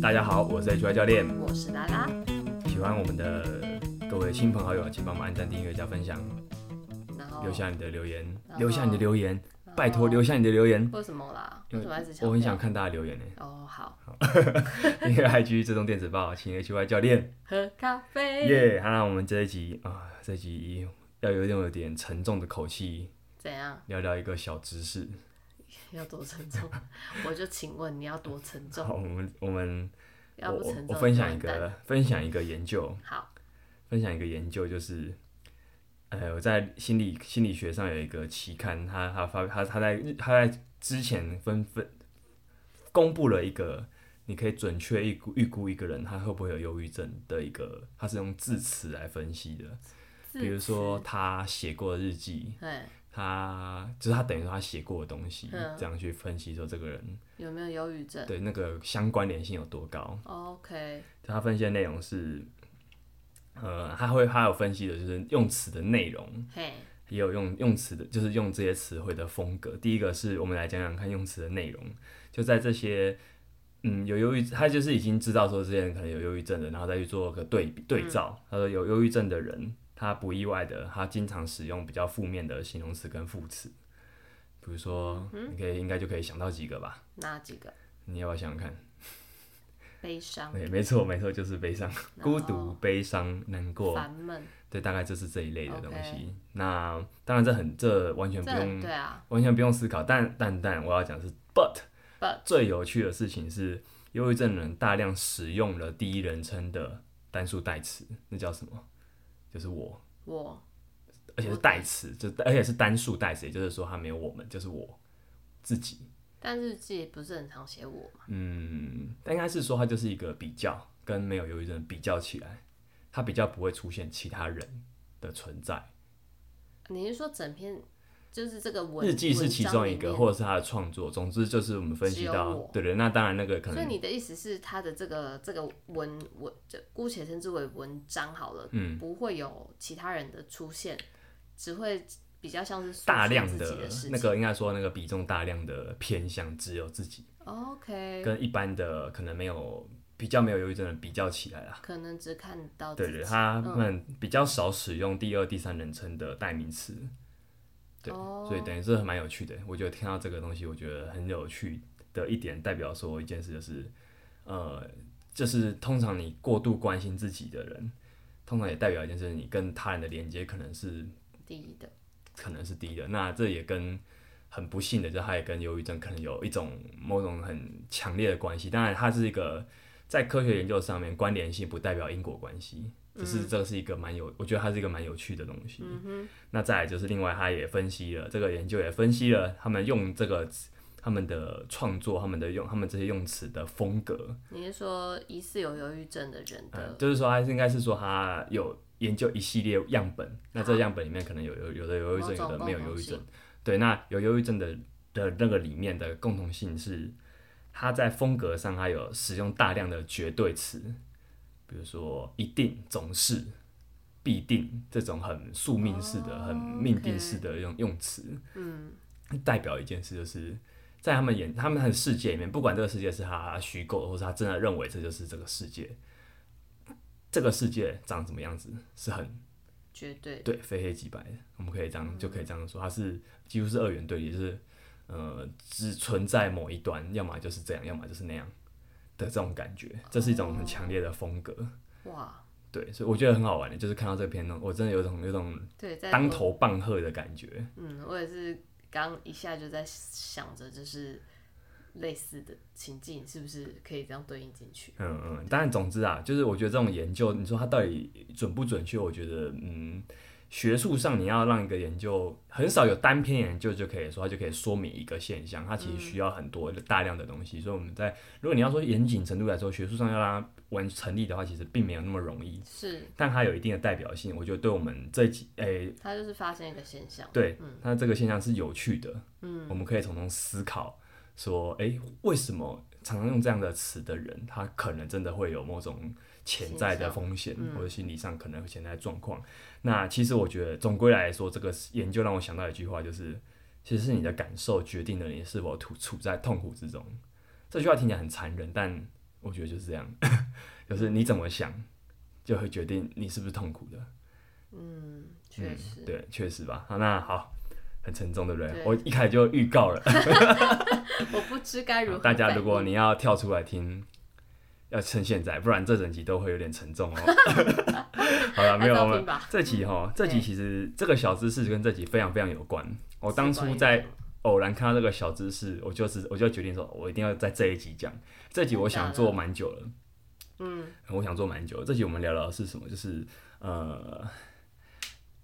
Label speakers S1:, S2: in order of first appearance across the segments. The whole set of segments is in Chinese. S1: 大家好，我是 HY 教练。
S2: 我是拉拉，
S1: 喜欢我们的各位亲朋好友，请帮忙按赞、订阅、加分享，
S2: 然后
S1: 留下你的留言，
S2: 然后
S1: 留下你的留言，
S2: 然后
S1: 拜托留下你的留言。
S2: 为什么啦？
S1: 因
S2: 为
S1: 为
S2: 什么要一直强调
S1: 我很想看大家留言呢，
S2: 哦，好，
S1: 因为 IG 自动电子报，请 HY 教练。
S2: 喝咖啡
S1: 耶！好，那我们这一集啊，这一集要有一点有点沉重的口气，
S2: 怎样？
S1: 聊聊一个小知识。
S2: 要多沉重？我就请问你要多沉重？
S1: 好，我们我们我
S2: 要不
S1: 我
S2: 沉重
S1: 我分享一
S2: 就完蛋
S1: 个分享一个研究，
S2: 好，
S1: 分享一个研究，就是，呃，我在心理心理学上有一个期刊，他他发他他在他在之前分分公布了一个，你可以准确预估预估一个人他会不会有忧郁症的一个，他是用字词来分析的，
S2: 字
S1: 比如说他写过的日记，
S2: 哎，
S1: 他就是他等于说他写过的东西，
S2: 嗯
S1: 这样去分析说这个人
S2: 有没有忧郁症
S1: 对那个相关联性有多高。
S2: ？OK，
S1: 他分析的内容是，呃，他会他有分析的就是用词的内容，
S2: 嘿，
S1: 也有用用词的，就是用这些词汇的风格。第一个是我们来讲讲看用词的内容，就在这些，嗯，有忧郁，他就是已经知道说这些人可能有忧郁症的，然后再去做个对比对照。他说有忧郁症的人，他不意外的，他经常使用比较负面的形容词跟副词，比如说，你可以应该就可以想到几个吧。
S2: 哪几个？
S1: 你要不要想想看？
S2: 悲伤、
S1: 对，没错，没错，就是悲伤、
S2: 然后
S1: 孤独、悲伤、难过，
S2: 烦闷，
S1: 对，大概就是这一类的东
S2: OK
S1: 西。那当然，这很这完全
S2: 这
S1: 不
S2: 很
S1: 用
S2: 对啊。
S1: 完全不用思考。但但但我要讲的是，but
S2: But
S1: 最有趣的事情是，忧郁症人大量使用了第一人称的单数代词，那叫什么？就是我，
S2: 我
S1: 而且是代词，就而且是单数代词，也就是说他没有我们，就是我自己。
S2: 但日记不是很常写我嘛？
S1: 嗯，但应该是说它就是一个比较，跟没有忧郁症比较起来，它比较不会出现其他人的存在。
S2: 你是说整篇就是这个文
S1: 日记是其中一个，
S2: 文章里面
S1: 或者是他的创作。总之就是我们分析
S2: 只
S1: 到
S2: 有我，
S1: 对对，那当然那个可
S2: 所以
S1: 能
S2: 你的意思是，他的这个这个文文，就姑且称之为文章好了，
S1: 嗯，
S2: 不会有其他人的出现，只会比较像是诉
S1: 大
S2: 说
S1: 量
S2: 自己
S1: 的
S2: 的事
S1: 那
S2: 情。
S1: 个应该说那个比重大量的偏向只有自己，
S2: OK，
S1: 跟一般的可能没有比较没有忧郁症的人比较起来啦。
S2: 可能只看到自
S1: 对
S2: 己嗯
S1: 对，他们比较少使用第二、第三人称的代名词，对，
S2: 哦
S1: 所以等于是很蛮有趣的。我觉得听到这个东西，我觉得很有趣的一点，代表说一件事就是，呃，就是通常你过度关心自己的人，通常也代表一件事，你跟他人的连接可能是
S2: 第一的
S1: 可能是低的。那这也跟很不幸的，就它也跟忧郁症可能有一种某种很强烈的关系。当然，它是一个在科学研究上面关联性不代表因果关系，只是这是一个蛮有，我觉得它是一个蛮有趣的东西。那再来就是另外，他也分析了这个研究也分析了他们用这个他们的创作、他们的用他们这些用词的风格。
S2: 你是说疑似有忧郁症的人
S1: 嗯
S2: 的，
S1: 就是说他应该是说他有研究一系列样本，那这样本里面可能有有有的有忧郁症，
S2: 某种
S1: 有的没有
S2: 共
S1: 忧
S2: 同
S1: 郁
S2: 性
S1: 症。对，那有忧郁症的的那个里面的共同性是，他在风格上他有使用大量的绝对词，比如说一定、总是、必定这种很宿命式的、
S2: 哦
S1: 很命定式的用用词。
S2: 嗯，
S1: 代表一件事，就是在他们眼、他们的世界里面，不管这个世界是他虚构的，或是他真的认为这就是这个世界，这个世界长什么样子是很
S2: 绝对
S1: 对非黑即白的，我们可以这样、就可以这样说，它是几乎是二元对立，就是呃只存在某一端，要么就是这样，要么就是那样的这种感觉，这是一种很强烈的风格。
S2: 哇，
S1: 对，所以我觉得很好玩的，就是看到这篇呢，我真的有种有种
S2: 对，在
S1: 当
S2: 我
S1: 头棒喝的感觉。
S2: 嗯，我也是刚一下就在想着，就是类似的情境是不是可以这样对应进去？
S1: 嗯嗯，但总之啊，就是我觉得这种研究，你说它到底准不准确？我觉得，嗯，学术上你要让一个研究，很少有单篇研究就可以说它就可以说明一个现象，它其实需要很多大量的东西。所以我们在如果你要说严谨程度来说，学术上要让它完成立的话，其实并没有那么容易，
S2: 是，
S1: 但它有一定的代表性。我觉得对我们这几诶、
S2: 他就是发现一个现象。
S1: 对，那这个现象是有趣的，嗯，我们可以从中思考说，诶，为什么常常用这样的词的人，他可能真的会有某种潜在的风险，或者心理上可能有潜在的状况。那其实我觉得，总归来说，这个研究让我想到一句话，就是其实是你的感受决定了你是否处处在痛苦之中。这句话听起来很残忍，但我觉得就是这样， 就是你怎么想，就会决定你是不是痛苦的。
S2: 嗯，确实，
S1: 对，确实吧。好，那好，很沉重，对不对？
S2: 对
S1: 我一开始就预告了，
S2: 我不知该如 何
S1: 大
S2: 反应。
S1: 家如果你要跳出来听，要趁现在，不然这整集都会有点沉重哦。 好了，没有
S2: 还是要
S1: 我们
S2: 听吧
S1: 这集哈，这集
S2: 对
S1: 其实这个小知识跟这集非常非常有关。我
S2: 是
S1: 当
S2: 关
S1: 初
S2: 于
S1: 在
S2: 什么
S1: 偶然看到这个小知识，我就是我就决定说，我一定要在这一集讲。这集我
S2: 真的
S1: 想
S2: 假的
S1: 做蛮久了，
S2: 嗯
S1: 我想做蛮久了。这集我们聊聊的是什么？就是呃，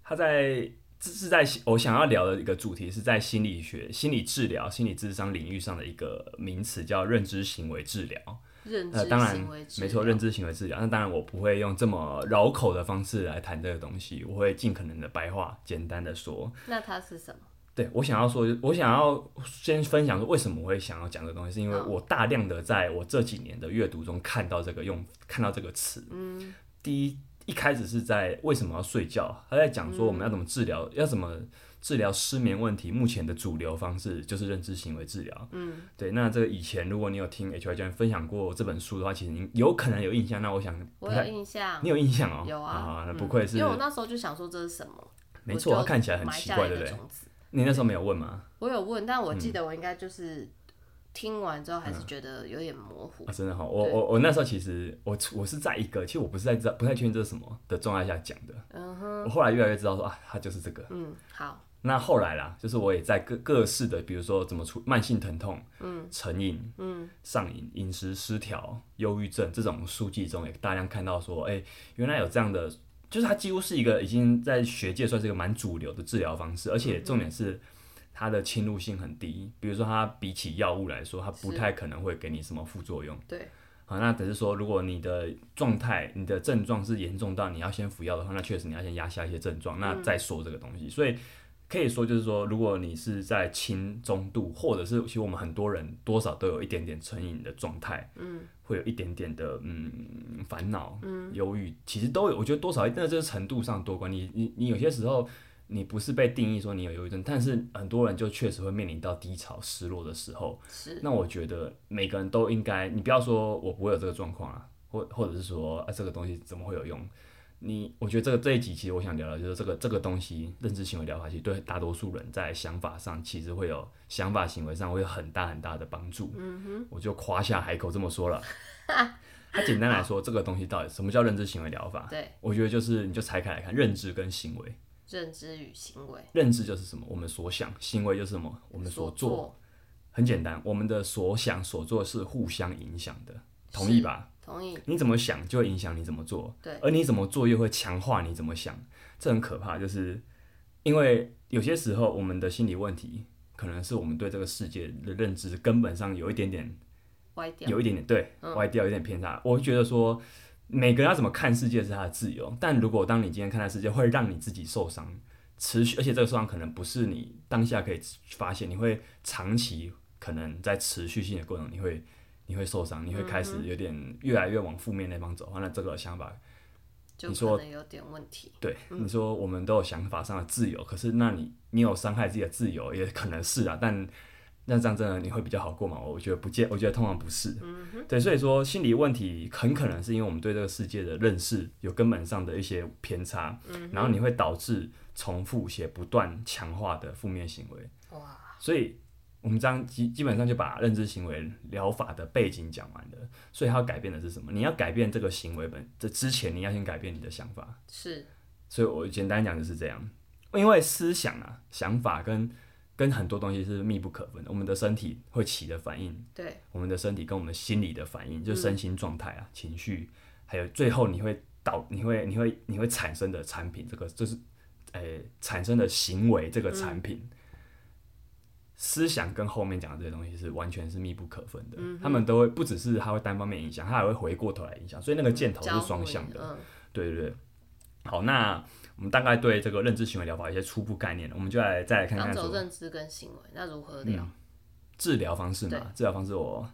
S1: 他在这是在我想要聊的一个主题是在心理学、心理治疗、心理智商领域上的一个名词，叫认知行为治疗。
S2: 认知
S1: 呃，当然
S2: 行为治
S1: 没错，
S2: 疗
S1: 认知行为治疗。那当然，我不会用这么绕口的方式来谈这个东西，我会尽可能的白话、简单的说。
S2: 那它是什么？
S1: 对我想要说，我想要先分享说为什么我会想要讲这个东西，是因为
S2: 嗯
S1: 我大量的在我这几年的阅读中看到这个用看到这个词。
S2: 嗯，
S1: 第一一开始是在为什么要睡觉，他在讲说我
S2: 嗯
S1: 们要怎么治疗，要怎么治疗失眠问题。目前的主流方式就是认知行为治疗。
S2: 嗯，
S1: 对。那这个以前如果你有听 H Y 教练分享过这本书的话，其实你有可能有印象。那我想不
S2: 我有
S1: 太，
S2: 印象
S1: 你，有印象哦、
S2: 有啊，
S1: 那
S2: 嗯
S1: 不愧是
S2: 因为，我那时候就想说这是什么，
S1: 没错，
S2: 我
S1: 它
S2: 就
S1: 看起来很
S2: 埋
S1: 奇
S2: 下
S1: 怪，
S2: 了
S1: 对
S2: 一
S1: 不
S2: 个
S1: 对？嗯
S2: 种子
S1: 你那时候没有问吗？
S2: 我有问，但我记得我应该就是听完之后
S1: 嗯
S2: 还是觉得有点模糊
S1: 啊，。真的哈、我
S2: 对
S1: 我我那时候其实我我是在一个，其实我不是在知不太确定这是什么的状态下讲的，
S2: 嗯哼，
S1: 我后来越来越知道说啊，它就是这个。
S2: 嗯，好，
S1: 那后来啦，就是我也在各各式的，比如说怎么出慢性疼痛、嗯、成瘾、
S2: 嗯，
S1: 上瘾、饮食失调、忧郁症这种书籍中，也大量看到说，哎、原来有这样的，就是它几乎是一个已经在学界算是一个蛮主流的治疗方式，而
S2: 嗯
S1: 且重点是它的侵入性很低，比如说它比起药物来说，它不
S2: 是
S1: 太可能会给你什么副作用。
S2: 对，
S1: 好，啊那只是说，如果你的状态、你的症状是严重到你要先服药的话，那确实你要先压下一些症状，那再说这个东西。所以可以说，就是说，如果你是在轻中度，或者是其实我们很多人多少都有一点点成瘾的状态，嗯，会有一点点的嗯烦恼、嗯忧郁，其实都有。我觉得多少那就是程度上多关。你你你有些时候。你不是被定义说你有忧郁症，但是很多人就确实会面临到低潮、失落的时候，
S2: 是，
S1: 那我觉得每个人都应该，你不要说我不会有这个状况啊，或或者是说啊这个东西怎么会有用？你我觉得这个这一集其实我想聊的就是这个这个东西，认知行为疗法其实对大多数人在想法上其实会有想法行为上会有很大很大的帮助。嗯哼，我就夸下海口这么说了。它简单来说，这个东西到底什么叫认知行为疗法？
S2: 对，
S1: 我觉得就是你就拆开来看，认知跟行为。
S2: 认知与行为，
S1: 认知就是什么？我们所想；行为就是什么？我们所做。很简单，我们的所想所做是互相影响的，同意吧？
S2: 同意，
S1: 你怎么想就会影响你怎么做，
S2: 对
S1: 而你怎么做又会强化你怎么想，这很可怕。就是因为有些时候我们的心理问题，可能是我们对这个世界的认知根本上有一点点，
S2: 歪掉，
S1: 有一点点对歪掉，有点偏差。我会觉得说，每个人要怎么看世界是他的自由，但如果当你今天看待世界，会让你自己受伤。持续，而且这个受伤可能不是你当下可以发现，你会长期可能在持续性的过程，你会你会受伤，你会开始有点越来越往负面那方走。那这个想法，
S2: 就
S1: 你说
S2: 可能有点问题。
S1: 对、你说，我们都有想法上的自由，可是那你你有伤害自己的自由，也可能是啊，但那这样真的你会比较好过吗？我觉得不见，我觉得通常不是。对，所以说心理问题很可能是因为我们对这个世界的认识有根本上的一些偏差，然后你会导致重复且不断强化的负面行为。
S2: 哇，
S1: 所以我们这样基基本上就把认知行为疗法的背景讲完了。所以它要改变的是什么？你要改变这个行为本，这之前你要先改变你的想法。
S2: 是
S1: 所以我简单讲就是这样，因为思想啊、想法跟跟很多东西是密不可分的。我们的身体会起的反应，
S2: 对，
S1: 我们的身体跟我们心理的反应，就是身心状态啊、情绪，还有最后你会导、你会、你会、你会产生的产品，这个就是，诶、产生的行为这个产品。思想跟后面讲的这些东西是完全是密不可分的，他们都会不只是它会单方面影响，它还会回过头来影响，所以那个箭头
S2: 嗯交
S1: 是
S2: 互
S1: 双向的。
S2: 嗯，
S1: 对对对。好，那我们大概对这个认知行为疗法有一些初步概念，我们就来再来看
S2: 刚
S1: 看
S2: 走
S1: 说嗯
S2: 认知跟行为，那如何聊？
S1: 治疗方式
S2: 对
S1: 嘛，治疗方式我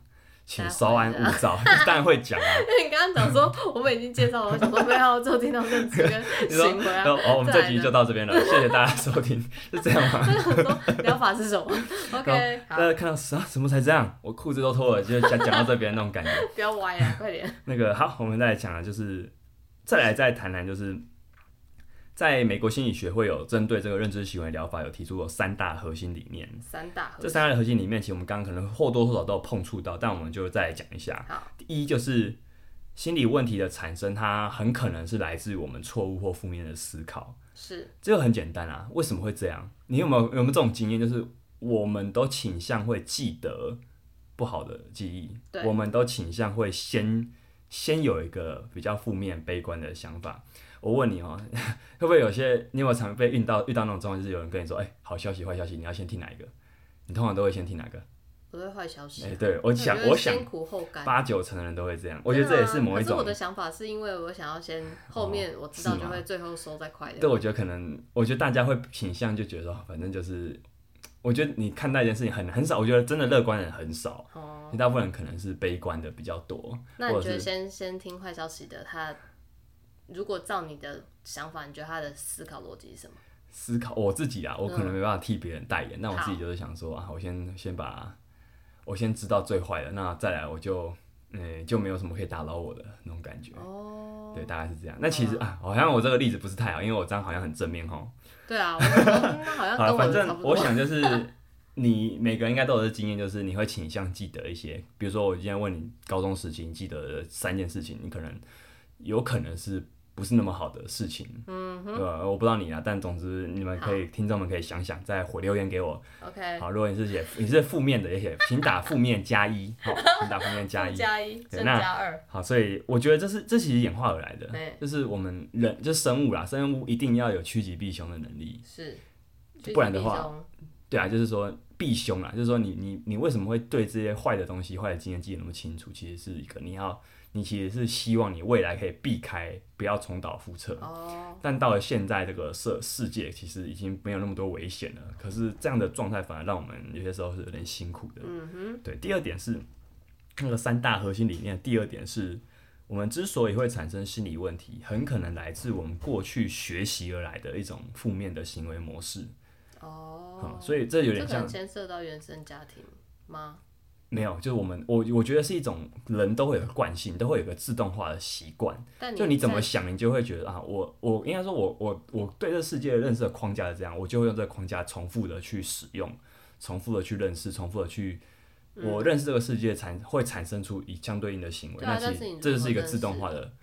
S1: 请稍安勿躁，当然会讲 啊。
S2: 因为 你刚刚讲说我们已经介 绍了，我想说不要最后听到认知跟
S1: 你说，
S2: 行为啊。
S1: 哦，我们这
S2: 再来
S1: 集
S2: 呢
S1: 就到这边了，谢谢大家收听，是这样吗？
S2: 我想说疗法是 什么？OK，
S1: 然后
S2: 好
S1: 大，家看到啥、什么才这样，我裤子都脱了，就讲讲到这边那种感觉。
S2: 不要歪了， 快点。
S1: 那个好，我们再来讲的啊就是再来再谈谈，就是在美国心理学会有针对这个认知行为疗法有提出有三大核心理念。
S2: 三大核
S1: 这
S2: 心
S1: 三大核心里面，其实我们刚刚可能或多或少都有碰触到，但我们就再来讲一下。
S2: 好，
S1: 第一就是心理问题的产生，它很可能是来自于我们错误或负面的思考。
S2: 是
S1: 这个很简单啊，为什么会这样？你有没有有没有这种经验？就是我们都倾向会记得不好的记忆，
S2: 对
S1: 我们都倾向会先先有一个比较负面、悲观的想法。我问你哦， 会不会有些你有没有常被遇到遇到那种状况，就是有人跟你说，哎、好消息、坏消息，你要先听哪一个？你通常都会先听哪个？
S2: 我对坏消息
S1: 哎、
S2: 啊。
S1: 对我想，
S2: 觉
S1: 我
S2: 得
S1: 想
S2: 先苦后甘。
S1: 八九成的人都会这样。我觉得这也是某一
S2: 对啊可
S1: 种哦
S2: 我的想法是因为我想要先后面我知道就会最后收再快一
S1: 对，
S2: 点。
S1: 我觉得可能，我觉得大家会倾向就觉得，哦反正就是，我觉得你看待一件事情很很少，我觉得真的乐观的人很少，
S2: 哦，
S1: 你大部分人可能是悲观的比较多，
S2: 那你
S1: 或
S2: 觉
S1: 者
S2: 得
S1: 是
S2: 先先听坏消息的他，如果照你的想法，你觉得他的思考逻辑是什么？
S1: 思考我自己啊，我可能没办法替别人代言，但我自己
S2: 嗯好
S1: 就是想说啊，我先先把，我先知道最坏的，那再来我就，嗯，就没有什么可以打扰我的那种感觉。
S2: 哦，嗯
S1: 对，大概是这样。那其实啊，好像我这个例子不是太好，因为我这样好像很正面哦吼。
S2: 对啊，我觉得那好像
S1: 好
S2: 跟
S1: 了，
S2: 我
S1: 反
S2: 的差
S1: 正
S2: 不
S1: 我
S2: 多。
S1: 想就是 你每个人应该都有的经验，就是你会倾向记得一些，比如说我今天问你高中时期你记得的三件事情，你可能有可能是不是那么好的事情，嗯对吧？我不知道你啊，但总之你们可以听众们可以想想，再回留言给我。
S2: OK，
S1: 好，如果你是写你是负面的，也写请打负面加一，好，请打负面加一。
S2: 加一，
S1: 对
S2: 正
S1: 那
S2: 加二，
S1: 好，所以我觉得这是这其实演化而来的
S2: 对，
S1: 就是我们人就是生物啦，生物一定要有趋吉避凶的能力。
S2: 是。
S1: 不然的
S2: 趋吉避
S1: 话
S2: 凶，
S1: 对啊，就是说避凶啦，就是说你你你为什么会对这些坏的东西、坏的经验记得那么清楚？其实是一个你要，你其实是希望你未来可以避开，不要重蹈覆辙。
S2: 哦，
S1: 但到了现在这个社世界，其实已经没有那么多危险了。可是这样的状态反而让我们有些时候是有点辛苦的。
S2: 嗯哼，
S1: 对，第二点是那个三大核心理念。第二点是我们之所以会产生心理问题，很可能来自我们过去学习而来的一种负面的行为模式。
S2: 哦
S1: 嗯，，所以这有点
S2: 这可
S1: 像
S2: 能牵涉到原生家庭吗？
S1: 没有，就是我们我我觉得是一种人都会有个惯性，都会有个自动化的习惯。
S2: 但
S1: 就你怎么
S2: 在
S1: 想，你就会觉得啊，我我应该说我我我对这世界的认识的框架是这样，我就会用这个框架重复的去使用，重复的去认识，重复的去。
S2: 嗯
S1: 我认识这个世界产会产生出一相对应的行为，
S2: 对啊
S1: 那
S2: 但
S1: 其
S2: 是
S1: 实
S2: 你
S1: 这就是一个
S2: 如何
S1: 自动
S2: 认识
S1: 化的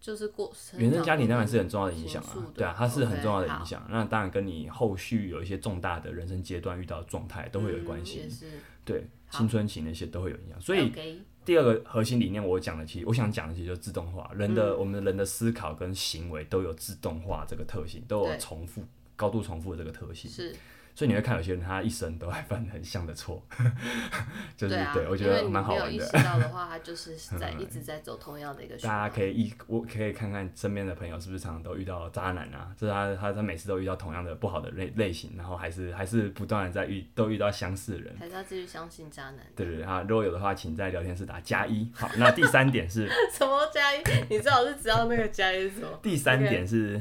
S2: 就是过成
S1: 原生
S2: 长
S1: 家庭
S2: 过
S1: 当然
S2: 程
S1: 是很重要的影响
S2: 所
S1: 啊
S2: 述，
S1: 对啊
S2: 的，
S1: 它是很
S2: OK，
S1: 重要的影
S2: 好
S1: 响。那当然跟你后续有一些重大的人生阶段遇到的状态都会有关
S2: 嗯
S1: 系
S2: 也，是
S1: 对，
S2: 好
S1: 青春期那些都会有影响，所以
S2: OK，
S1: 第二个核心理念，我讲的其实我想讲的其实就是自动化，人的、
S2: 嗯
S1: 我们人的思考跟行为都有自动化这个特性，都有
S2: 对
S1: 重复高度重复的这个特性，
S2: 是
S1: 所以你会看有些人他一生都在犯很像的错， 就是
S2: 对啊，
S1: 我觉
S2: 因为
S1: 得
S2: 你
S1: 蛮好
S2: 没有
S1: 玩
S2: 意
S1: 的。嗯
S2: 识到的话，他就是 在一直在走同样的一个循
S1: 大
S2: 环
S1: 家。可以一我可以看看身边的朋友是不是常常都遇到渣男啊，就是他他他每次都遇到同样的不好的类类型，然后还是还是不断的在遇都遇到相似的人。
S2: 还是要继续相信渣男？
S1: 对对对啊，如果有的话，请在聊天室打加一。好，那第三点是
S2: 什么加一？你最好是知道那个加一是什么？
S1: 第三
S2: OK
S1: 点是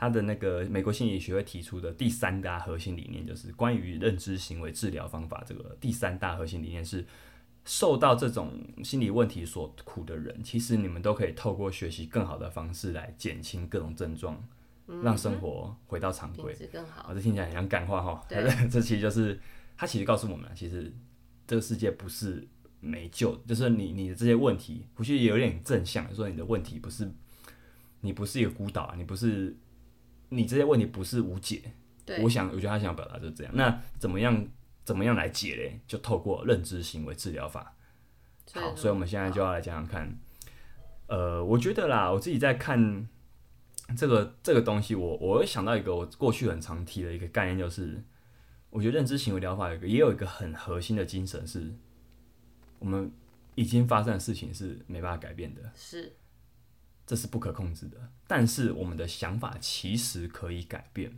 S1: 他的那个美国心理学会提出的第三大核心理念，就是关于认知行为治疗方法。这个第三大核心理念是，受到这种心理问题所苦的人，其实你们都可以透过学习更好的方式来减轻各种症状，让生活回到常规
S2: 品。质更好
S1: 啊，。这听起来很像干话哈。
S2: 对
S1: 这其实就是他其实告诉我们，其实这个世界不是没救，就是你你的这些问题，我觉得也有点正向，就是说你的问题不是你不是一个孤岛啊，你不是你这些问题不是无解。
S2: 对
S1: 我想我觉得他想表达就是这样。那怎么样怎么样来解嘞？就透过认知行为治疗法好，所以我们现在就要来讲讲看。呃，我觉得啦，我自己在看这个这个东西，我我会想到一个我过去很常提的一个概念，就是我觉得认知行为疗法有一个也有一个很核心的精神是，我们已经发生的事情是没办法改变的，
S2: 是
S1: 这是不可控制的。但是我们的想法其实可以改变。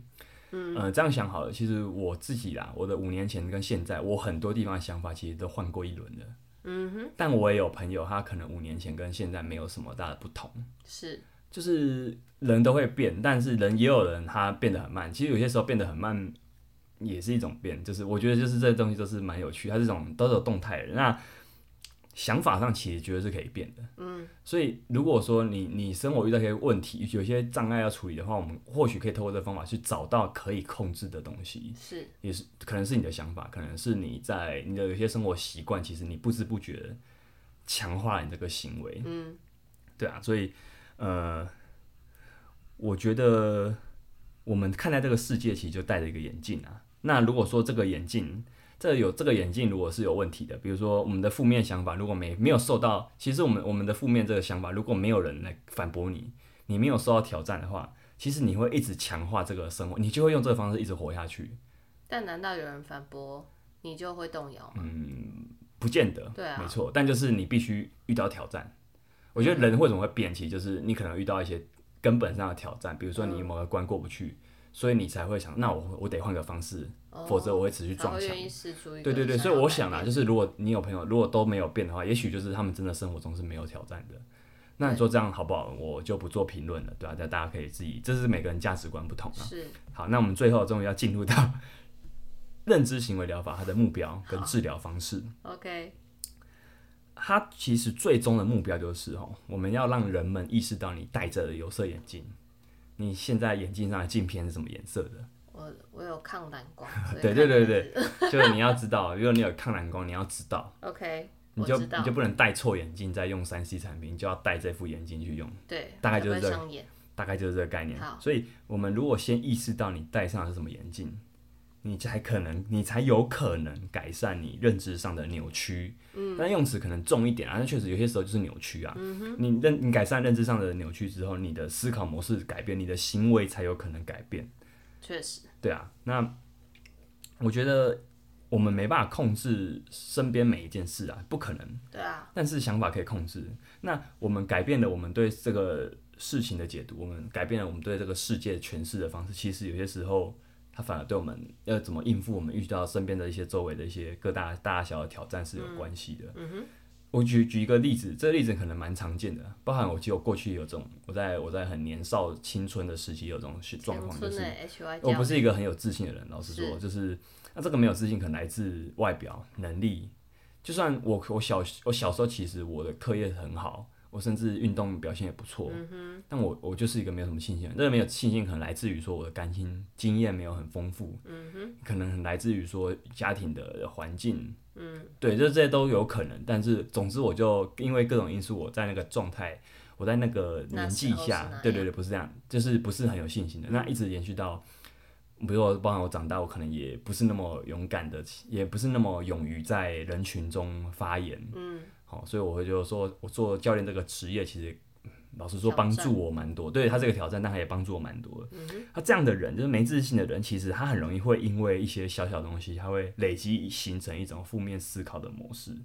S1: 嗯、呃，这样想好了，其实我自己啦，我的五年前跟现在，我很多地方的想法其实都换过一轮的。
S2: 嗯哼，
S1: 但我也有朋友，他可能五年前跟现在没有什么大的不同，
S2: 是
S1: 就是人都会变，但是人也有人他变得很慢。其实有些时候变得很慢也是一种变，就是我觉得就是这东西都是蛮有趣，它这种都是有动态的。那想法上其实觉得是可以变的，
S2: 嗯，
S1: 所以如果说你你生活遇到一些问题，有些障碍要处理的话，我们或许可以透过这个方法去找到可以控制的东西。
S2: 是，
S1: 也是可能是你的想法，可能是你在你的有些生活习惯，其实你不知不觉强化了你这个行为，
S2: 嗯，
S1: 对啊，所以呃，我觉得我们看待这个世界，其实就戴着一个眼镜啊。那如果说这个眼镜，这有这个眼镜如果是有问题的，比如说我们的负面想法，如果没没有受到，其实我们我们的负面这个想法，如果没有人来反驳你，你没有受到挑战的话，其实你会一直强化这个生活，你就会用这个方式一直活下去。
S2: 但难道有人反驳你就会动摇
S1: 嗯
S2: 吗？
S1: 不见得，
S2: 对啊
S1: 没错，但就是你必须遇到挑战。我
S2: 嗯
S1: 觉得人为什么会变，其实就是你可能遇到一些根本上的挑战，比如说
S2: 嗯
S1: 你某个关过不去，所以你才会想，那我我得换个方式，
S2: 哦
S1: 否则我会持续
S2: 才
S1: 撞
S2: 会
S1: 墙。
S2: 愿意试出一个
S1: 对对对，
S2: 想
S1: 所以
S2: 要
S1: 我
S2: 改
S1: 想啊啦，
S2: 变
S1: 就是如果你有朋友如果都没有变的话，也许就是他们真的生活中是没有挑战的。那你说这样好不好？我就不做评论了，对吧、啊？但大家可以自己，这是每个人价值观不同啊。
S2: 是
S1: 好，那我们最后终于要进入到 认知行为疗法它的目标跟治疗方式。
S2: OK，
S1: 它其实最终的目标就是哦，我们要让人们意识到你戴着的有色眼镜，你现在眼镜上的镜片是什么颜色的？，
S2: 我我有抗蓝光
S1: 对对对对，就你要知道，如果你有抗蓝光，你要知道，
S2: ，OK，
S1: 你
S2: 我
S1: 就
S2: 知道
S1: 你就不能戴错眼镜再用三 C 产品，你就要戴这副眼镜去用，
S2: 对，
S1: 大概
S2: 才
S1: 就是
S2: 不会
S1: 这
S2: 伤眼，
S1: 大概就是这个概念
S2: 好。
S1: 所以，我们如果先意识到你戴上的是什么眼镜，你才可能，你才有可能改善你认知上的扭曲。嗯，但用词可能重一点啊，但确实有些时候就是扭曲啊。你认你改善认知上的扭曲之后，你的思考模式改变，你的行为才有可能改变。
S2: 确实
S1: 对啊，那我觉得我们没办法控制身边每一件事啊，不可能。
S2: 对啊，
S1: 但是想法可以控制。那我们改变了我们对这个事情的解读，我们改变了我们对这个世界诠释的方式。其实有些时候，它反而对我们要怎么应付我们遇到身边的一些周围的一些各大大小的挑战是有关系的。嗯我举举一个例子，这个例子可能蛮常见的，包含我记得我过去有这种，我在我在很年少青春的时期有这种状
S2: 农
S1: 况，就
S2: 村
S1: 是
S2: 的 HY
S1: 我不
S2: 教
S1: 是一个很有自信的人，老实说，
S2: 是
S1: 就是那这个没有自信，可能来自外表能力。就算我我小我小时候其实我的课业很好，我甚至运动表现也不错，但我我就是一个没有什么信心的人。这个没有信心，可能来自于说我的感情经验没有很丰富，可能来自于说家庭的环境，嗯，对，这这些都有可能。但是总之，我就因为各种因素，我在那个状态，我在那个年纪
S2: 那时候是
S1: 下
S2: 那，
S1: 对对对，不是这样，就是不是很有信心的。那一直延续到，比如说，包含我长大，我可能也不是那么勇敢的，也不是那么勇于在人群中发言，
S2: 嗯，
S1: 好、所以我会就说，我做教练这个职业，其实老实说
S2: 挑
S1: 帮
S2: 战
S1: 助我蛮多，对他这个挑战，但他也帮助我蛮多的。他这样的人，就是没自信的人，其实他很容易会因为一些小小东西，他会累积形成一种负面思考的模式。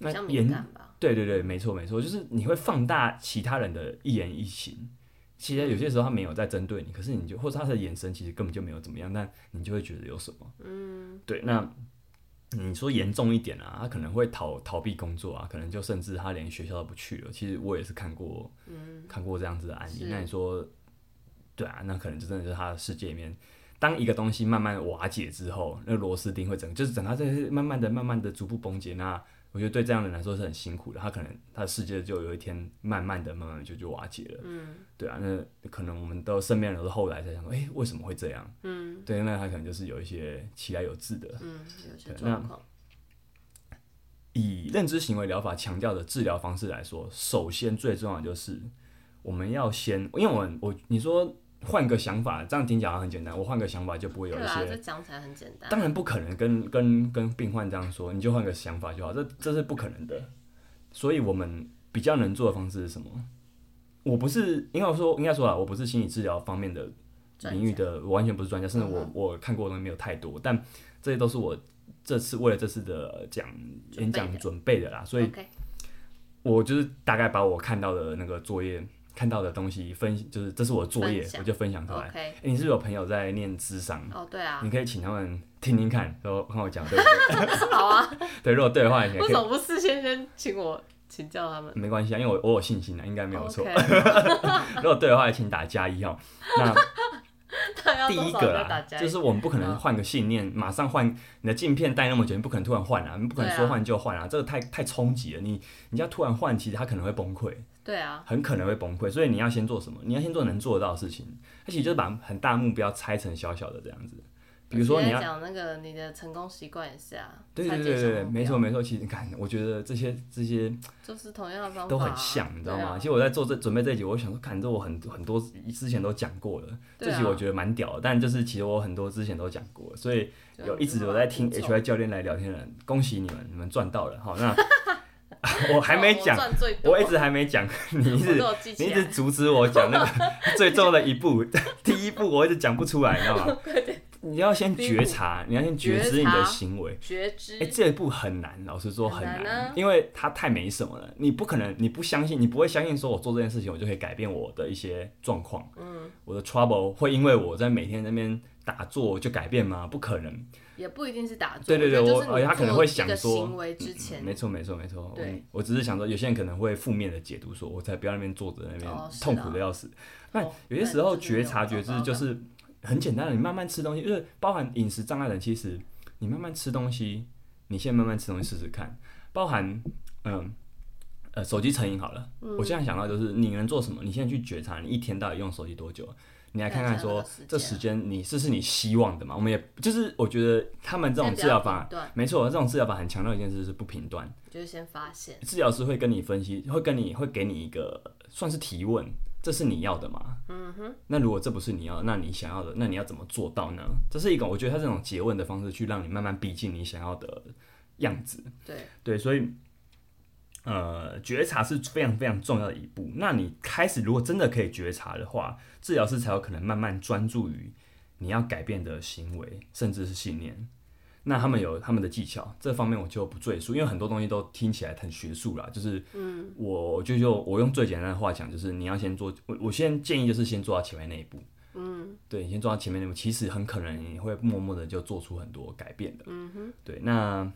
S1: 那
S2: 比较
S1: 言
S2: 敏感吧，
S1: 对对对，没错没错，就是你会放大其他人的一言一行。其实有些时候他没有在针对你，可是你就或者他的眼神其实根本就没有怎么样，但你就会觉得有什么。嗯，对。那你说严重一点啊，他可能会逃逃避工作啊，可能就甚至他连学校都不去了。其实我也是看过，
S2: 嗯
S1: 看过这样子的案例
S2: 是。
S1: 那你说，对啊，那可能就真的是他的世界里面。当一个东西慢慢瓦解之后，那螺丝钉会整，就是整它这是慢慢的、慢慢的逐步崩解。那我觉得对这样的人来说是很辛苦的，他可能他的世界就有一天慢慢的、慢慢的就就瓦解了。
S2: 嗯，
S1: 对啊，那可能我们都身边人都是后来才想说，哎、为什么会这样？
S2: 嗯
S1: 对，那他可能就是有一些其来有自的。
S2: 嗯，有些
S1: 对
S2: 状况
S1: 以认知行为疗法强调的治疗方式来说，首先最重要的就是我们要先，因为我们我你说换个想法，这样听起来好像很简单，我换个想法就不会有
S2: 对
S1: 一
S2: 啊，这
S1: 些。
S2: 讲起来很简单，
S1: 当然不可能跟跟跟病患这样说，你就换个想法就好，这这是不可能的。所以我们比较能做的方式是什么？我不是应该说应该说啊，我不是心理治疗方面的
S2: 专
S1: 领域
S2: 家
S1: 的，我完全不是专家，甚至我
S2: 嗯
S1: 我看过的东西没有太多，但这些都是我这次为了这次的讲
S2: 准备
S1: 演讲
S2: 的嗯
S1: 准备的啦，所以
S2: OK，
S1: 我就是大概把我看到的那个作业看到的东西分，就是这是我的作业
S2: 分，享
S1: 我就分享出来。
S2: OK，
S1: 诶你是不是有朋友在念智商？
S2: 哦，对啊
S1: 你，可以请他们听听看，说看我讲对不对？
S2: 好啊，
S1: 对，如果对的话，你也
S2: 为
S1: 可
S2: 什
S1: 以。
S2: 么不事先先请我请教他们？
S1: 没关系啊，因为我我有信心啊，应该没有 错。
S2: 哦 OK，
S1: 如果对的话，请打加一哦。那
S2: 那要
S1: 第
S2: 多
S1: 一
S2: 少
S1: 个
S2: 再打
S1: 啦，
S2: 加
S1: 就是我们不可
S2: 嗯
S1: 能换个信念，马上换你的镜片戴那么久，你不可能突然换啊，你不可能
S2: 对啊
S1: 说换就换啊，这个太太冲击了。你你要突然换，其实它可能会崩溃，
S2: 对啊，
S1: 很可能会崩溃。所以你要先做什么？你要先做能做得到的事情。它其实就是把很大目标拆成小小的这样子，比如说你
S2: 而且
S1: 要
S2: 在讲那个你的成功习惯也是啊，
S1: 对对
S2: 拆
S1: 对
S2: 解
S1: 对
S2: 小
S1: 对，
S2: 目
S1: 没
S2: 标
S1: 错，没错。其实你看，我觉得这些这些
S2: 就是同样的方法啊
S1: 都很像，你知道
S2: 对
S1: 吗？
S2: 啊
S1: 其实我在做这准备这一集，我想说，看这我很很多之前都讲过了，
S2: 对
S1: 这
S2: 啊
S1: 集我觉得蛮屌的，但就是其实我很多之前都讲过，所以
S2: 就
S1: 有一直有在听 HY 教练来聊天的人，恭喜你们，你们赚到了。好，那 我还没讲
S2: 哦，我赚最多
S1: 我一直还没讲， 你一
S2: 我
S1: 直
S2: 都有记
S1: 你
S2: 起啊
S1: 一
S2: 来
S1: 直阻止我讲 那个最重要的一步，第一步我一直讲不出来，你知道 吗？你要先
S2: 第一步
S1: 觉察，你要先觉知你
S2: 觉察
S1: 的行为。
S2: 觉知
S1: 哎、这一步很难，老实说
S2: 很
S1: 很难，
S2: 难啊
S1: 因为它太没什么了。你不可能，你不相信，你不会相信说我做这件事情，我就可以改变我的一些状况。嗯，我的 trouble 会因为我在每天在那边打坐就改变吗？不可能。
S2: 也不一定是打
S1: 对
S2: 坐，
S1: 对对
S2: 我
S1: 我
S2: 觉得就是你
S1: 而且他可能
S2: 做
S1: 会
S2: 这个
S1: 想说嗯
S2: 行为之前，
S1: 没错，没错，没错。我
S2: 对
S1: 我只是想说，有些人可能会负面的解读说，我才不要那边坐着那边、
S2: 哦是啊
S1: 痛苦的要死。那
S2: 哦
S1: 有些时
S2: 那
S1: 候
S2: 就是没
S1: 觉
S2: 有
S1: 察
S2: 找
S1: 觉知
S2: 到
S1: 就
S2: 的
S1: 是很简单的，你慢慢吃东西，就是包含饮食障碍的人，其实你慢慢吃东西，你先慢慢吃东西试试看，包含嗯。呃，手机成瘾好了，
S2: 嗯
S1: 我现在想到就是你能做什么？你现在去觉察，你一天到底用手机多久？你来看看
S2: 看一下那
S1: 说
S2: 个时
S1: 这
S2: 间
S1: 时间你这是你希望的吗？我们也就是我觉得他们这种
S2: 先不
S1: 治疗
S2: 要
S1: 法
S2: 评断，
S1: 没错，这种治疗法很强调一件事是不评断，
S2: 就是先发现，
S1: 治疗师会跟你分析，会跟你会给你一个算是提问，这是你要的吗？嗯哼。那如果这不是你要的，那你想要的，那你要怎么做到呢？这是一个我觉得他这种诘问的方式，去让你慢慢逼近你想要的样子。
S2: 对，
S1: 对，所以呃，觉察是非常非常重要的一步。那你开始如果真的可以觉察的话，治疗师才有可能慢慢专注于你要改变的行为，甚至是信念。那他们有他们的技巧，这方面我就不赘述，因为很多东西都听起来很学术啦。就是，嗯，我就就我用最简单的话讲，就是你要先做，我我先建议就是先做到前面那一步。嗯，对，你先做到前面那一步，其实很可能你会默默的就做出很多改变的。嗯哼，对，那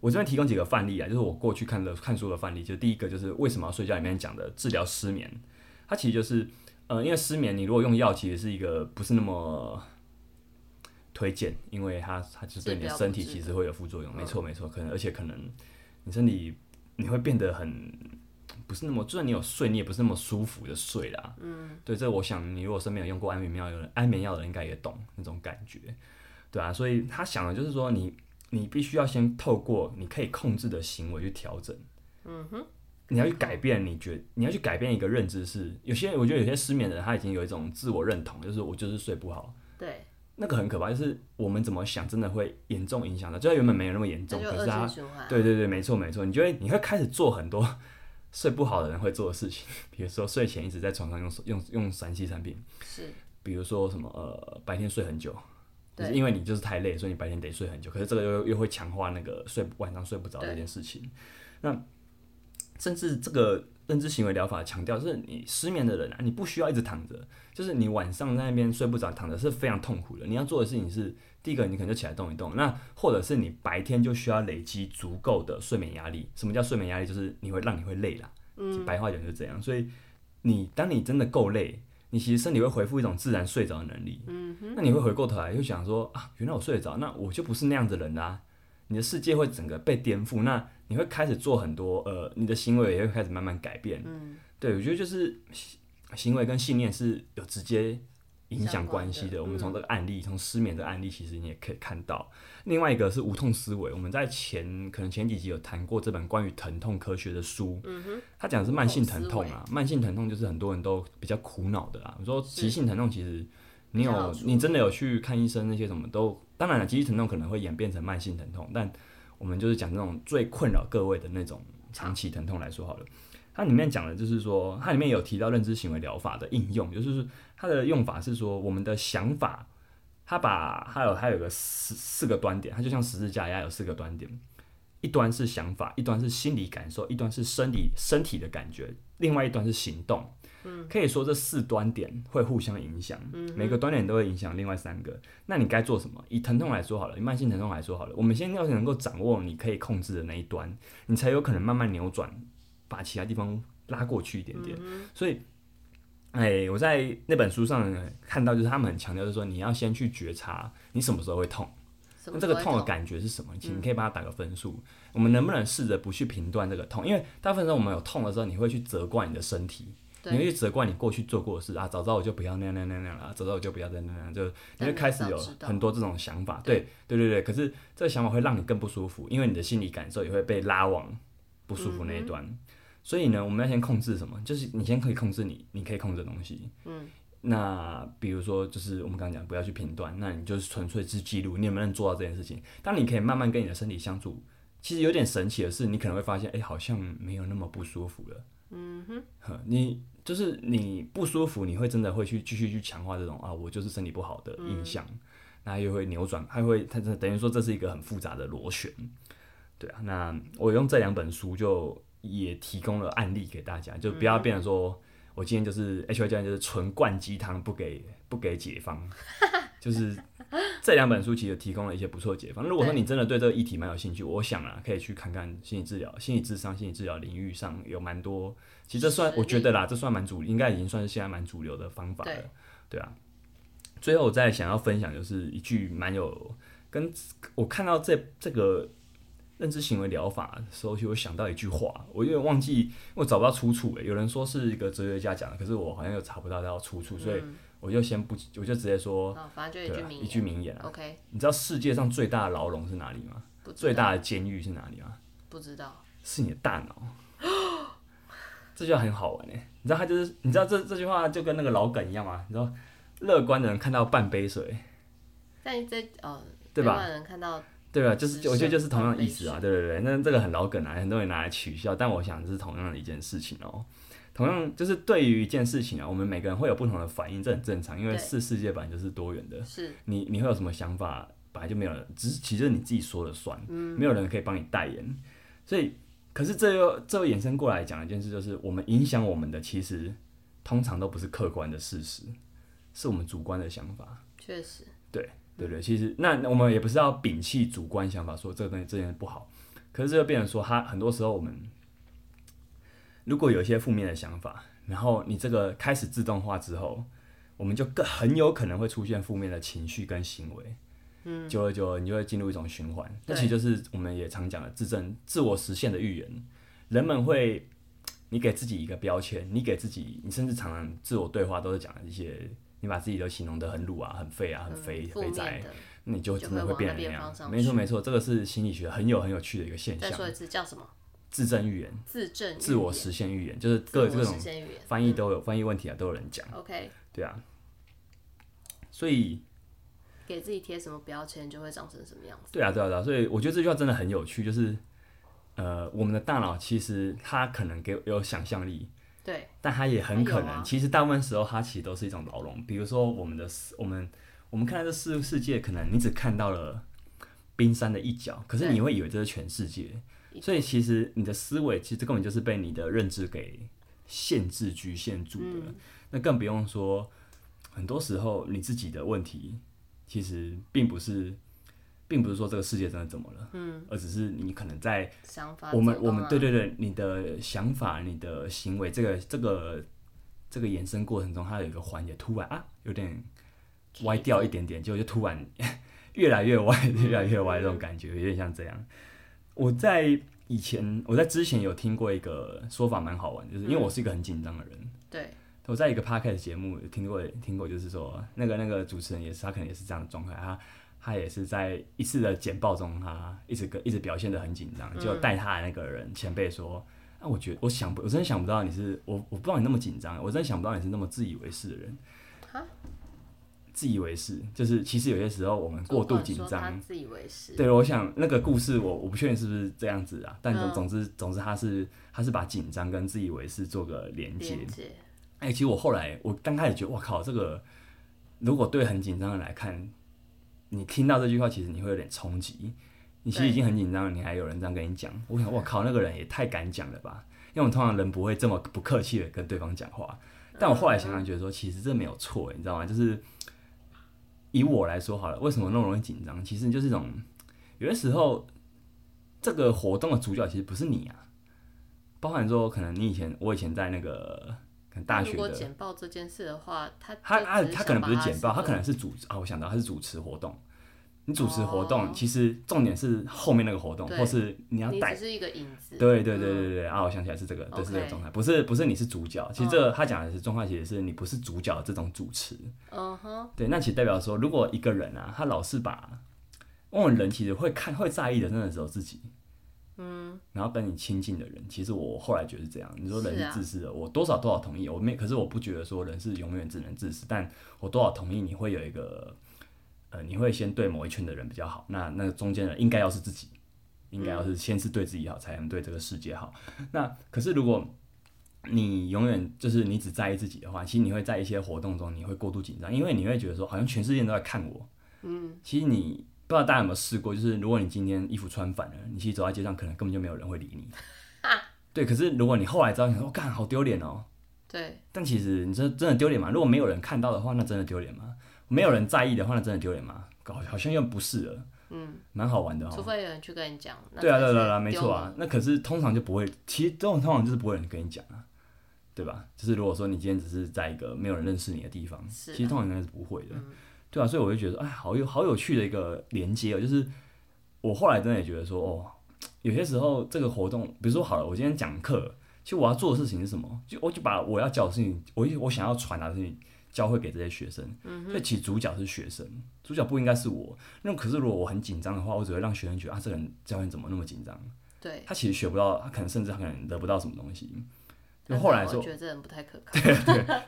S1: 我这边提供几个范例啊，就是我过去看的看书的范例。就第一个就是为什么要睡觉里面讲的治疗失眠，它其实就是呃，因为失眠你如果用药，其实是一个不是那么推荐，因为它它就是对你的身体其实会有副作用。没错没错，可能而且可能你身体你会变得很。不是那么，就算你有睡，你也不是那么舒服的睡啦。嗯，对，这我想你如果身边有用过安眠药的人，安眠药的人应该也懂那种感觉，对啊。所以他想的就是说，你你必须要先透过你可以控制的行为去调整。嗯哼，你要去改变，你觉你要去改变一个认知是，有些人我觉得有些失眠的人他已经有一种自我认同，就是我就是睡不好，
S2: 对，
S1: 那个很可怕，就是我们怎么想真的会严重影响到，就算原本没有那么严
S2: 这
S1: 重，
S2: 就
S1: 可
S2: 恶
S1: 嗯是他
S2: 性循环，
S1: 对对对，没错没错，你就会你会开始做很多 睡不好的人会做的事情，比如说睡前一直在床上用手用用三 C 产品，
S2: 是，
S1: 比如说什么呃白天睡很久，就
S2: 对
S1: 是因为你就是太累，所以你白天得睡很久，可是这个又又会强化那个睡晚上睡不着
S2: 对
S1: 这件事情。那甚至这个呃认知行为疗法强调，就是你失眠的人啊，你不需要一直躺着，就是你晚上在那边睡不着，躺着是非常痛苦的。你要做的事情是，第一个你可能就起来动一动，那或者是你白天就需要累积足够的睡眠压力。什么叫睡眠压力？就是你会让你会累啦，嗯，白话讲就是这样。所以你当你真的够累，你其实身体会恢复一种自然睡着的能力。嗯哼，那你会回过头来就想说啊，原来我睡得着，那我就不是那样的人啦、你的世界会整个被颠覆，那你会开始做很多呃，你的行为也会开始慢慢改变。嗯，对，我觉得就是行行为跟信念是有直接影响关系
S2: 相关
S1: 的。嗯
S2: 的
S1: 我们从这个案例，从失眠的案例，其实你也可以看到。另外一个是无痛思维，我们在前可能前几集有谈过这本关于疼痛科学的书，嗯哼，它讲的是慢性疼痛啊，慢性疼痛就是很多人都比较苦恼的啦。我说急性疼痛其实你
S2: 比较好
S1: 有
S2: 处
S1: 你真的有去看医生那些什么都，当然了，急性疼痛可能会演变成慢性疼痛，但我们就是讲那种最困扰各位的那种长期疼痛来说好了。它里面讲的就是说，它里面有提到认知行为疗法的应用，就是它的用法是说，我们的想法，它把它有它有个四四个端点，它就像十字架一样有四个端点。一端是想法，一端是心理感受，一端是生理身体的感觉，另外一端是行动。嗯，可以说这四端点会互相影响，每个端点都会影响另外三个。那你该做什么？以疼痛来说好了，以慢性疼痛来说好了，我们先要是能够掌握你可以控制的那一端，你才有可能慢慢扭转，把其他地方拉过去一点点。所以。哎，我在那本书上看到，就是他们很强调，就是说你要先去觉察你什么时候会痛，
S2: 什
S1: 那
S2: 么
S1: 这
S2: 时
S1: 个
S2: 候会
S1: 痛的感觉是什么？请你可以帮他打个分数。我们能不能试着不去评断这个痛？因为大部分时候我们有痛的时候，你会去责怪你的身体，你
S2: 对
S1: 会去责怪你过去做过的事啊，早知道我就不要那样那样那样那样了，早知道我就不要再那样那样，就你会开始有
S2: 但你早知道
S1: 很多这种想法。对对对对，可是这个想法会让你更不舒服，因为你的心理感受也会被拉往不舒服那一
S2: 嗯
S1: 端。所以呢，我们要先控制什么？就是你先可以控制你，你可以控制的东西。
S2: 嗯
S1: 那比如说，就是我们刚刚讲，不要去评断，那你就是纯粹是记录你有没有做到这件事情。当你可以慢慢跟你的身体相处，其实有点神奇的是，你可能会发现，哎、好像没有那么不舒服了。嗯哼，你就是你不舒服，你会真的会去继续去强化这种啊，我就是身体不好的印象，那又会扭转，还会它这等于说这是一个很复杂的螺旋。对啊，那我用这两本书就也提供了案例给大家，就不要变成说。我今天就是 H Y 教练，就是纯灌鸡汤，不给不给解 方，就是这两本书其实提供了一些不错的解方。如果说你真的对这个议题蛮有兴趣，我想啊，可以去看看心理治疗、心理智商、心理治疗领域上有蛮多，其实这算
S2: 实
S1: 我觉得啦，这算蛮主，应该已经算是现在蛮主流的方法了
S2: 对，
S1: 对啊。最后我再想要分享就是一句蛮有跟我看到这这个认知行为疗法的时候，就有想到一句话，我有点忘记，我找不到出处欸诶、有人说是一个哲学家讲的，可是我好像又查不到到出处，所以我就先不，我就直接说，
S2: 哦，反正就
S1: 对
S2: 一句
S1: 啊，
S2: 名
S1: 一句名言啊。
S2: OK，
S1: 你知道世界上最大的牢笼是哪里吗？
S2: 不知
S1: 最
S2: 道
S1: 大的监狱是哪里吗？
S2: 不知道，
S1: 是你的大脑。这就很好玩诶、你知道他就是，你知道这这句话就跟那个老梗一样嘛？你知道，乐观的人看到半杯水，
S2: 但你这哦，
S1: 对吧
S2: 台湾人看到
S1: 对吧？就是
S2: 只
S1: 我觉得就是
S2: 剩
S1: 同样
S2: 半
S1: 的意
S2: 杯
S1: 思啊，对对对。那这个很老梗啊，很多人拿来取笑，但我想这是同样的一件事情哦、同样就是对于一件事情啊，我们每个人会有不同的反应，这很正常，因为
S2: 对
S1: 是世界版就是多元的。
S2: 是
S1: 你你会有什么想法，本来就没有人，只是其实你自己说了算，没有人可以帮你代言。所以，可是这又这又衍生过来讲一件事，就是我们影响我们的，其实通常都不是客观的事实，是我们主观的想法。
S2: 确实
S1: 对对对，其实那那我们也不是要摒弃主观想法，说这个东西这件事不好，可是这就变成说，他很多时候我们如果有一些负面的想法，然后你这个开始自动化之后，我们就更很有可能会出现负面的情绪跟行为。嗯，久而久而，你就会进入一种循环。那
S2: 对
S1: 其实就是我们也常讲的自证、自我实现的预言。人们会，你给自己一个标签，你给自己，你甚至常常自我对话都是讲一些，你把自己都形容的很鲁啊、很废啊、很肥、
S2: 嗯负
S1: 肥宅
S2: 面，的。
S1: 那你就
S2: 就
S1: 真的
S2: 会
S1: 会变成那
S2: 往那边
S1: 样
S2: 方。向
S1: 没错
S2: 去
S1: 没错，这个是心理学很有很有趣的一个现
S2: 再
S1: 象
S2: 说，一次，叫什么？
S1: 自证预言、
S2: 自证
S1: 自我
S2: 语言
S1: 实现预言，就是
S2: 嗯自
S1: 各
S2: 我
S1: 各种
S2: 实现嗯语言
S1: 翻译都有翻译问题啊，都有人讲，
S2: OK，
S1: 对啊。所以，
S2: 给自己贴什么标签就会长成什么样子。
S1: 对啊，对啊，对啊，所以我觉得这句话真的很有趣，就是，呃，我们的大脑其实它可能给有想象力，
S2: 对，
S1: 但它也很可能，
S2: 它有啊
S1: 其实大部分时候它其实都是一种牢笼。比如说我们的世我们我们看到这世世界，可能你只看到了冰山的一角，可是
S2: 对
S1: 你会以为这是全世界，所以其实你的思维其实根本就是被你的认知给限制局限住的。那更不用说，很多时候你自己的问题其实并不是。并不是说这个世界真的怎么了，嗯，而只是你可能在
S2: 想法
S1: 我们
S2: 走到
S1: 我们
S2: 哪
S1: 对对对，你的想法、你的行为，这个这个这个延伸过程中，它有一个环节突然啊，有点歪掉一点点，结果就突然越来越歪，越来越歪这种感觉，有点像这样。我在以前，我在之前有听过一个说法，蛮好玩的，就是因为我是一个很紧张的人，
S2: 对
S1: 我在一个 podcast 节目有听过听过，就是说那个那个主持人也是，他可能也是这样的状态，他他也是在一次的简报中，他一直跟一直表现的很紧
S2: 嗯
S1: 张，就带他的那个人前辈说。啊，我觉得我想不，我真的想不到你是我，我不知道你那么紧张，我真的想不到你是那么自以为是的人。
S2: 哈
S1: 自以为是，就是其实有些时候我们过度紧
S2: 主管说
S1: 张
S2: 他，自以为是，
S1: 对，我想那个故事我我不确定是不是这样子啊，但总
S2: 嗯
S1: 总之总之他是他是把紧张跟自以为是做个连接，
S2: 连接
S1: 哎、其实我后来我刚开始觉得，哇靠，这个如果对很紧张的人来看，你听到这句话，其实你会有点冲击，你其实已经很紧张了，你还有人这样跟你讲，我想，我靠，那个人也太敢讲了吧？因为我们通常人不会这么不客气的跟对方讲话。但我后来想想，觉得说其实这没有错，欸你知道吗？就是以我来说好了，为什么那么容易紧张？其实就是一种有些时候这个活动的主角其实不是你啊，包含说可能你以前我以前在那个可能大
S2: 那
S1: 学
S2: 如果
S1: 的
S2: 简报这件事的话，他
S1: 他
S2: 就
S1: 他
S2: 只
S1: 他
S2: 想
S1: 可能不是
S2: 把嗯
S1: 简报，
S2: 是
S1: 他可
S2: 个
S1: 能是主啊，我想到他是主持活动。你主持活动，
S2: 哦
S1: 其实重点是后面那个活动，
S2: 对
S1: 或是你要
S2: 你
S1: 带
S2: 只。是一个影子，
S1: 对对对对对、啊！我想起来是这个，对是这个
S2: OK 哦
S1: 状态，不是不是你是主角。其实这个他讲的是状况，其实是你不是主角的这种主持。
S2: 嗯哼，
S1: 对，那其实代表说，如果一个人啊，他老是把，因为我们人其实会看会在意的，真的只有自己。嗯。然后跟你亲近的人，其实我后来觉得是这样。你说人
S2: 是
S1: 是
S2: 啊
S1: 自私的，我多少多少同意。我没，可是我不觉得说人是永远只能自私，但我多少同意你会有一个，呃，你会先对某一群的人比较好。那那个中间人应该要是自己，应该要是先是对自己好，才能对这个世界好。那可是如果你永远就是你只在意自己的话，其实你会在一些活动中你会过度紧张，因为你会觉得说好像全世界都在看我。嗯，其实你不知道大家有没有试过，就是如果你今天衣服穿反了，你其实走在街上可能根本就没有人会理你。对，可是如果你后来知道，你说干好丢脸哦，
S2: 对，
S1: 但其实你这真的丢脸吗？如果没有人看到的话，那真的丢脸吗？没有人在意的话，那真的丢脸吗？搞好像又不是了，嗯，蛮好玩的哦。
S2: 除非有人去跟你讲，那
S1: 对啊，对
S2: 才
S1: 啊
S2: 是
S1: 对啊对啊，没错
S2: 丢
S1: 啊
S2: 你。。
S1: 那可是通常就不会，其实这种通常就是不会有人跟你讲啊，对吧？就是如果说你今天只是在一个没有人认识你的地方，
S2: 是啊嗯
S1: 其实通常应该是不会的，对啊。所以我就觉得，哎，好有好有趣的一个连接哦。就是我后来真的也觉得说，哦，有些时候这个活动，比如说好了，我今天讲课，其实我要做的事情是什么？就我就把我要教的事情，我我想要传达的事情。教会给这些学生，
S2: 嗯
S1: 所以其实主角是学生，主角不应该是我。那可是如果我很紧张的话，我只会让学生觉得啊，这个人教练怎么那么紧张？
S2: 对，
S1: 他其实学不到，他可能甚至他可能得不到什么东西。就
S2: 那
S1: 后来
S2: 我
S1: 说，
S2: 觉得这人不太可靠，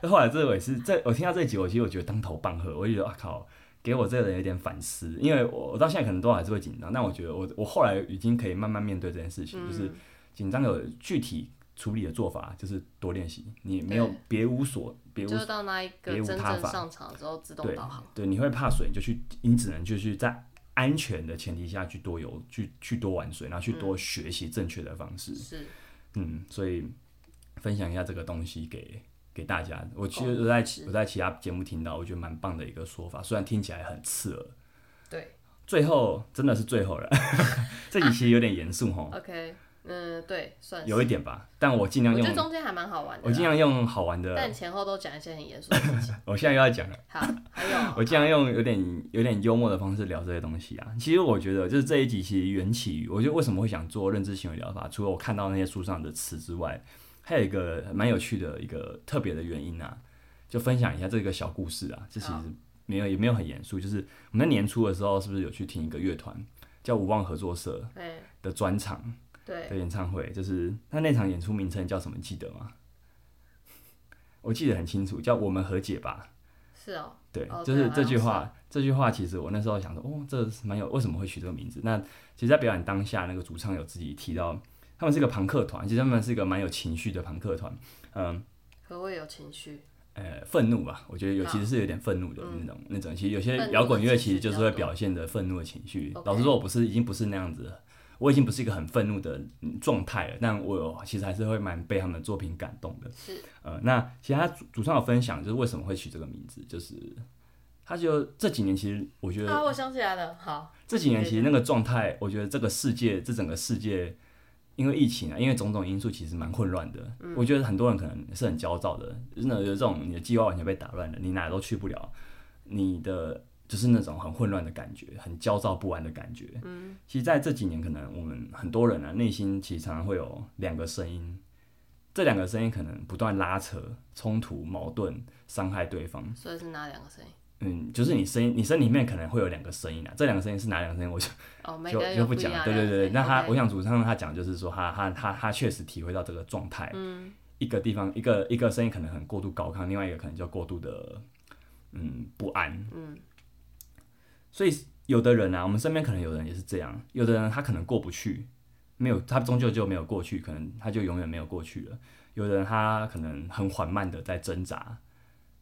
S1: 那后来这我也是这我听到这一集，我其实我觉得当头棒喝，我就觉得啊靠，给我这个人有点反思，因为我我到现在可能都还是会紧张，但我觉得我我后来已经可以慢慢面对这件事情，就是
S2: 嗯
S1: 紧张有具体处理的做法，就是多练习，你没有
S2: 对
S1: 别无所别无
S2: 就是到那一个
S1: 别无
S2: 真
S1: 他
S2: 正
S1: 法
S2: 上场之后自动
S1: 对
S2: 导航，
S1: 对，你会怕水，你就去，你只能就去在安全的前提下去多游，去去多玩水，然后
S2: 嗯
S1: 去多学习正确的方式。
S2: 是
S1: 嗯，所以分享一下这个东西给给大家。我其
S2: 哦
S1: 实我在其、我在其他节目听到，我觉得蛮棒的一个说法，虽然听起来很刺耳。
S2: 对
S1: 最后真的是最 后了，这集其实有点严肃吼，
S2: ，OK，嗯，对，算是。
S1: 有一点吧，但我尽量
S2: 我觉
S1: 用
S2: 得，中间还蛮好玩的啊
S1: 我
S2: 啦，
S1: 尽量用好玩的。
S2: 但前后都讲一些很严肃的事情。
S1: 我现在又要讲了。
S2: 好，还有
S1: 我尽量用有点有点幽默的方式聊这些东西啊。其实我觉得，就是这一集其实缘起于，我觉得为什么会想做认知行为疗法，除了我看到那些书上的词之外，还有一个蛮有趣的一个特别的原因啊，就分享一下这个小故事啊。这其实
S2: 好
S1: 没有也没有很严肃，就是我们在年初的时候，是不是有去听一个乐团叫无望合作社
S2: 哎，
S1: 的专场
S2: 对，
S1: 的演唱会？就是他那场演出名称叫什么？你记得吗？我记得很清楚，叫我们和解吧。
S2: 是哦，
S1: 对
S2: 哦，
S1: 就
S2: 对
S1: 是
S2: 好
S1: 这
S2: 像
S1: 句
S2: 是
S1: 话，这句话其实我那时候想说，哦，这是蛮有为什么会取这个名字？那其实，在表演当下，那个主唱有自己提到，他们是一个朋克团，其实他们是一个蛮有情绪的朋克团，嗯，
S2: 何谓有情绪？
S1: 呃，愤怒吧，我觉得有
S2: 好
S1: 其实是有点愤怒的那种、那种，其实有些
S2: 啊嗯愤怒
S1: 摇滚乐
S2: 的情
S1: 其实
S2: 绪
S1: 就是
S2: 比较
S1: 会
S2: 多
S1: 表现的愤怒的情绪。
S2: OK
S1: 老实说，我不是已经不是那样子了，我已经不是一个很愤怒的嗯状态了，但我有其实还是会蛮被他们的作品感动的。
S2: 是
S1: 呃，那其实他主主唱有分享，就是为什么会取这个名字，就是他就这几年，其实我觉
S2: 啊，
S1: 得
S2: 我想起来了，好，
S1: 这几年其
S2: 对
S1: 实那个状态，我觉得这个世界，这整个世界，因为疫情啊，因为种种因素，其实蛮混乱的。
S2: 嗯
S1: 我觉得很多人可能是很焦躁的，真的有这种你的计划完全被打乱了，你哪都去不了，你的就是那种很混乱的感觉，很焦躁不安的感觉。嗯，其实在这几年，可能我们很多人啊，内心其实常常会有两个声音。这两个声音可能不断拉扯、冲突、矛盾、伤害对方。
S2: 所以是哪两个声音？
S1: 嗯，就是你声音，你身里面可能会有两个声音啊。这两个声音是哪两个声音？我就
S2: 哦，每
S1: 就
S2: 个人
S1: 就
S2: 有
S1: 不
S2: 一
S1: 讲
S2: 样
S1: 了，
S2: 的
S1: 对对
S2: 两个
S1: 对。
S2: 声音
S1: 那他
S2: OK
S1: 我想主唱他讲就是说他，他他他确实体会到这个状态。
S2: 嗯
S1: 一个地方一个一个声音可能很过度高亢，另外一个可能就过度的嗯不安。嗯，所以有的人啊，我们身边可能有人也是这样，有的人他可能过不去，没有他终究就没有过去，可能他就永远没有过去了。有的人他可能很缓慢的在挣扎，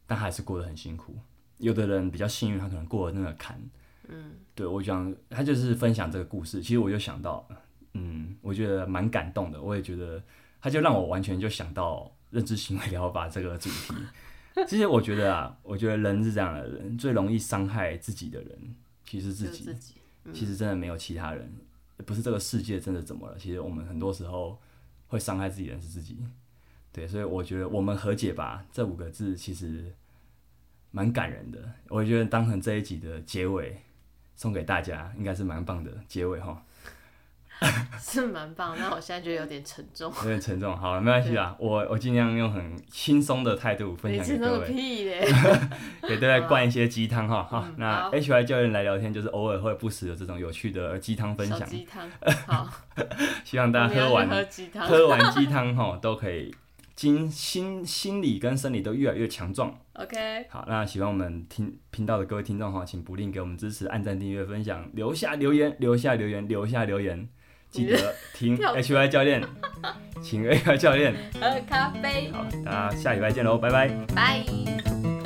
S1: 但他还是过得很辛苦。有的人比较幸运，他可能过了那个坎，
S2: 嗯，
S1: 对我想他就是分享这个故事，其实我就想到，嗯，我觉得蛮感动的，我也觉得他就让我完全就想到认知行为疗法这个主题。其实我觉得啊，我觉得人是这样的人，最容易伤害自己的人，其实是
S2: 就
S1: 自己
S2: 自。己，
S1: 其实真的没有其他人，不是这个世界真的怎么了。其实我们很多时候会伤害自己的人是自己，对，所以我觉得我们和解吧这五个字其实蛮感人的，我也觉得当成这一集的结尾送给大家，应该是蛮棒的结尾哈，
S2: 是蛮棒。但我现在觉得有点沉重，
S1: 有点沉重，好了，没关系 啦，我我尽量用很轻松的态度分
S2: 你
S1: 享
S2: 沉
S1: 给
S2: 重
S1: 各
S2: 个
S1: 位，
S2: 屁嘞！
S1: 给大家灌一些鸡汤哈哈
S2: 嗯。
S1: 那
S2: 好
S1: H Y 教练来聊天，就是偶尔会不时有这种有趣的鸡汤分
S2: 小
S1: 享，
S2: 鸡汤，好，
S1: 希望大
S2: 我
S1: 家
S2: 们要
S1: 喝
S2: 去
S1: 完
S2: 喝鸡汤。
S1: 喝完鸡汤哈，都可以经心心理跟生理都越来越强壮。
S2: OK，
S1: 好，那喜欢我们听频道的各位听众哈，请不吝给我们支持，按赞、订阅、分享，留下留言，留下留言，留下留言。记得听
S2: 跳
S1: HY 教练，请 HY 教练。
S2: 喝咖啡，
S1: 好，大家下礼拜见喽，拜拜。
S2: 拜。